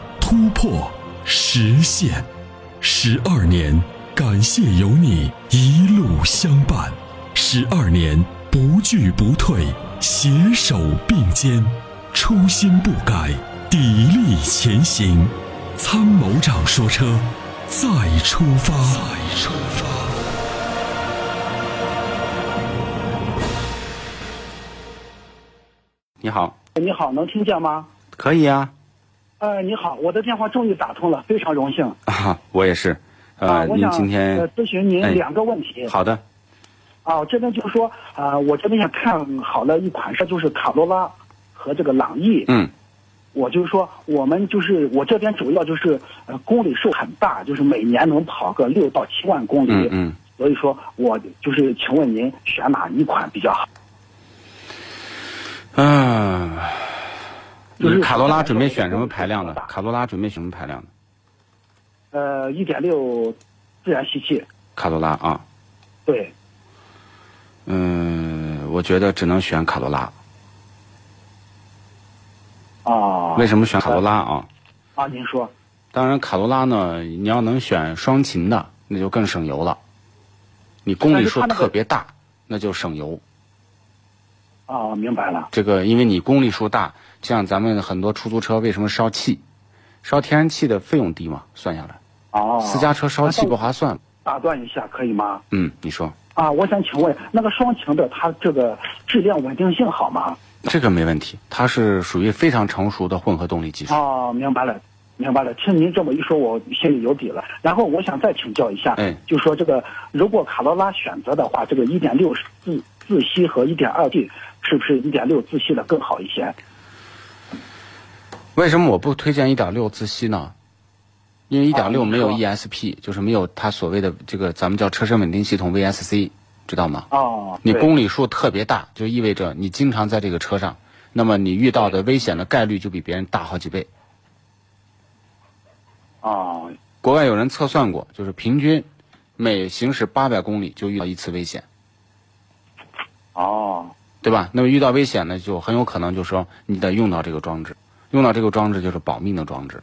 突破、实现，十二年，感谢有你一路相伴，十二年不惧不退，携手并肩，初心不改，砥砺前行。”参谋长说：“车，再出发。”再出发。你好，你好，能听见吗？可以啊，呃，你好，我的电话终于打通了，非常荣幸。啊，我也是，呃，，啊我您想今天、呃咨询您哎两个问题。好的，啊，我这边就是说，啊，我这边想看好了一款车，就是卡罗拉和这个朗逸。嗯，我就是说，我们就是我这边主要就是呃公里数很大，就是每年能跑个六到七万公里。嗯嗯，所以说我就是请问您选哪一款比较好？啊，就是你卡罗拉准备选什么排量的大？卡罗拉准备选什么排量的？呃，一点六自然吸气，卡罗拉啊，对，嗯、我觉得只能选卡罗拉。啊，为什么选卡罗拉啊？啊，您说，当然，卡罗拉呢，你要能选双擎的，那就更省油了。你公里数但是它那个特别大，那就省油。啊，明白了，这个因为你公里数大，就像咱们很多出租车为什么烧气，烧天然气的费用低嘛，算下来，哦，私家车烧气那不划算。打断一下可以吗？嗯，你说啊，我想请问那个双擎的它这个质量稳定性好吗？这个没问题，它是属于非常成熟的混合动力技术。哦，明白了。明白了，听您这么一说，我心里有底了。然后我想再请教一下，哎就说这个，如果卡罗拉选择的话，这个1.6自自吸和1.2 T 是不是1.6自吸的更好一些？为什么我不推荐1.6自吸呢？因为1.6哦你说没有 ESP，、就是没有它所谓的这个咱们叫车身稳定系统 VSC，知道吗？哦，你对公里数特别大，就意味着你经常在这个车上，那么你遇到的危险的概率就比别人大好几倍。哦，国外有人测算过，就是平均每行驶八百公里就遇到一次危险，哦，对吧？那么遇到危险呢，就很有可能就说你得用到这个装置，用到这个装置就是保命的装置。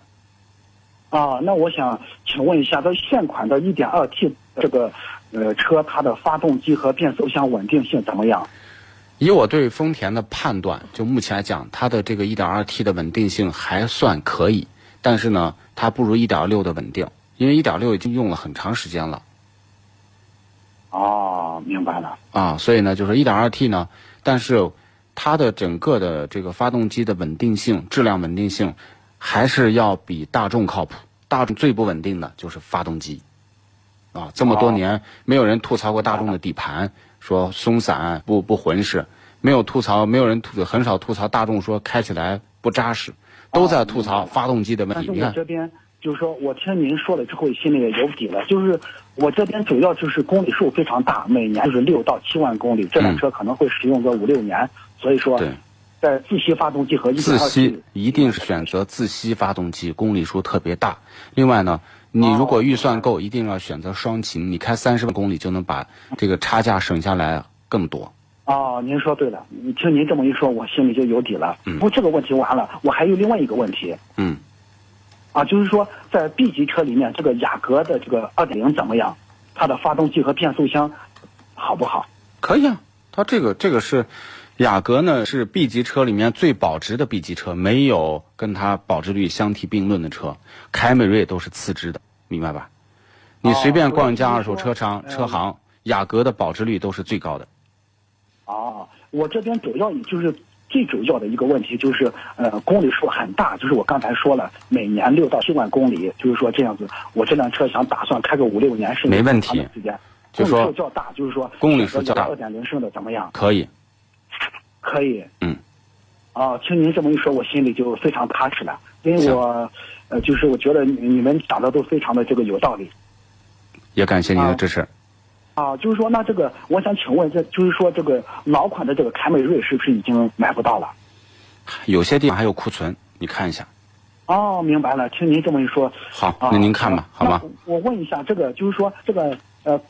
啊，那我想请问一下，它现款的 1.2T 这个呃车，它的发动机和变速箱稳定性怎么样？以我对丰田的判断，就目前来讲，它的这个 1.2T 的稳定性还算可以，但是呢，它不如1.6的稳定，因为1.6已经用了很长时间了哦，明白了。啊，所以呢，就是 1.2T 呢，但是它的整个的这个发动机的稳定性、质量稳定性，还是要比大众靠谱。大众最不稳定的就是发动机，啊，这么多哦年没有人吐槽过大众的底盘，说松散不不浑实，没有吐槽，没有人吐，很少吐槽大众说开起来不扎实，都在吐槽哦发动机的问但题。是你我看，这边就是说，我听您说了之后，心里也有底了。就是我这边主要就是公里数非常大，每年就是六到七万公里，这辆车可能会使用个五六年，所以说嗯对，在自吸发动机和一点自二 T 吸一定是选择自吸发动机，公里数特别大。另外呢，哦你如果预算够，一定要选择双擎，你开三十万公里就能把这个差价省下来更多。哦，您说对了，你听您这么一说，我心里就有底了。嗯不过这个问题完了，我还有另外一个问题嗯，啊，就是说在 B 级车里面，这个雅阁的这个二点零怎么样？它的发动机和变速箱好不好？可以啊，它这个这个是雅阁呢是 B 级车里面最保值的 B 级车，没有跟它保值率相提并论的车。凯美瑞都是次之的，明白吧？你哦随便逛一家二手车商、嗯车行，雅阁的保值率都是最高的。哦，我这边主要就是最主要的一个问题就是，呃，公里数很大，就是我刚才说了，每年六到七万公里，就是说这样子，我这辆车想打算开个五六年，甚至没问题更长的时间。就公里数说较大，就是说呃公里数较大二点零升的怎么样？可以，可以。啊嗯。哦，听您这么一说，我心里就非常踏实了。因为我，呃，就是我觉得你你们讲的都非常的这个有道理也感谢您的支持。啊。就是说，那这个我想请问，这就是说这个老款的这个凯美瑞是不是已经买不到了？有些地方还有库存，你看一下。哦，明白了。听您这么一说，好啊，那您看吧，好吗？？那我问一下，这个就是说这个呃，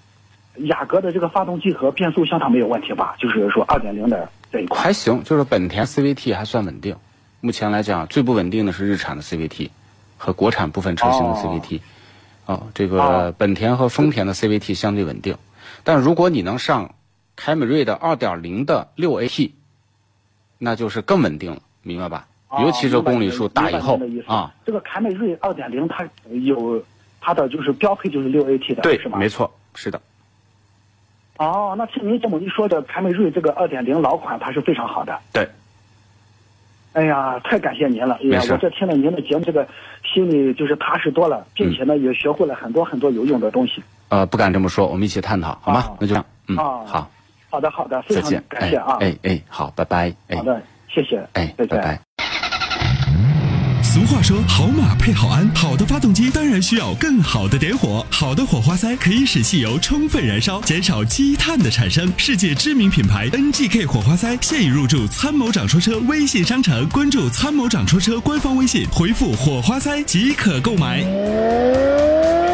雅阁的这个发动机和变速箱它没有问题吧？就是说二点零的这一块。还行，就是本田 CVT 还算稳定。目前来讲，最不稳定的是日产的 CVT 和国产部分车型的哦 CVT。哦，这个哦本田和丰田的 CVT 相对稳定，但如果你能上凯美瑞的2.0的 6AT，那就是更稳定了，明白吧？啊尤其这公里数大以后明白您的意思啊，这个凯美瑞二点零它有它的就是标配就是六 AT 的，对是，吗？没错，是的。哦，那听您这么一说的，凯美瑞这个二点零老款它是非常好的。对，哎呀，太感谢您了！哎没呀，事我这听了您的节目，这个心里就是踏实多了，嗯并且呢也学会了很多很多有用的东西。呃，不敢这么说，我们一起探讨，好吗？哦那就这样，嗯，哦好，好的，好的，非再常见，感谢啊！哎哎哎，好，拜拜，哎好，的，谢谢，哎，再拜见。拜。俗话说，好马配好鞍，好的发动机当然需要更好的点火。好的火花塞可以使汽油充分燃烧，减少积碳的产生。世界知名品牌 NGK 火花塞现已入驻参谋长说车微信商城，关注参谋长说车官方微信，回复火花塞即可购买。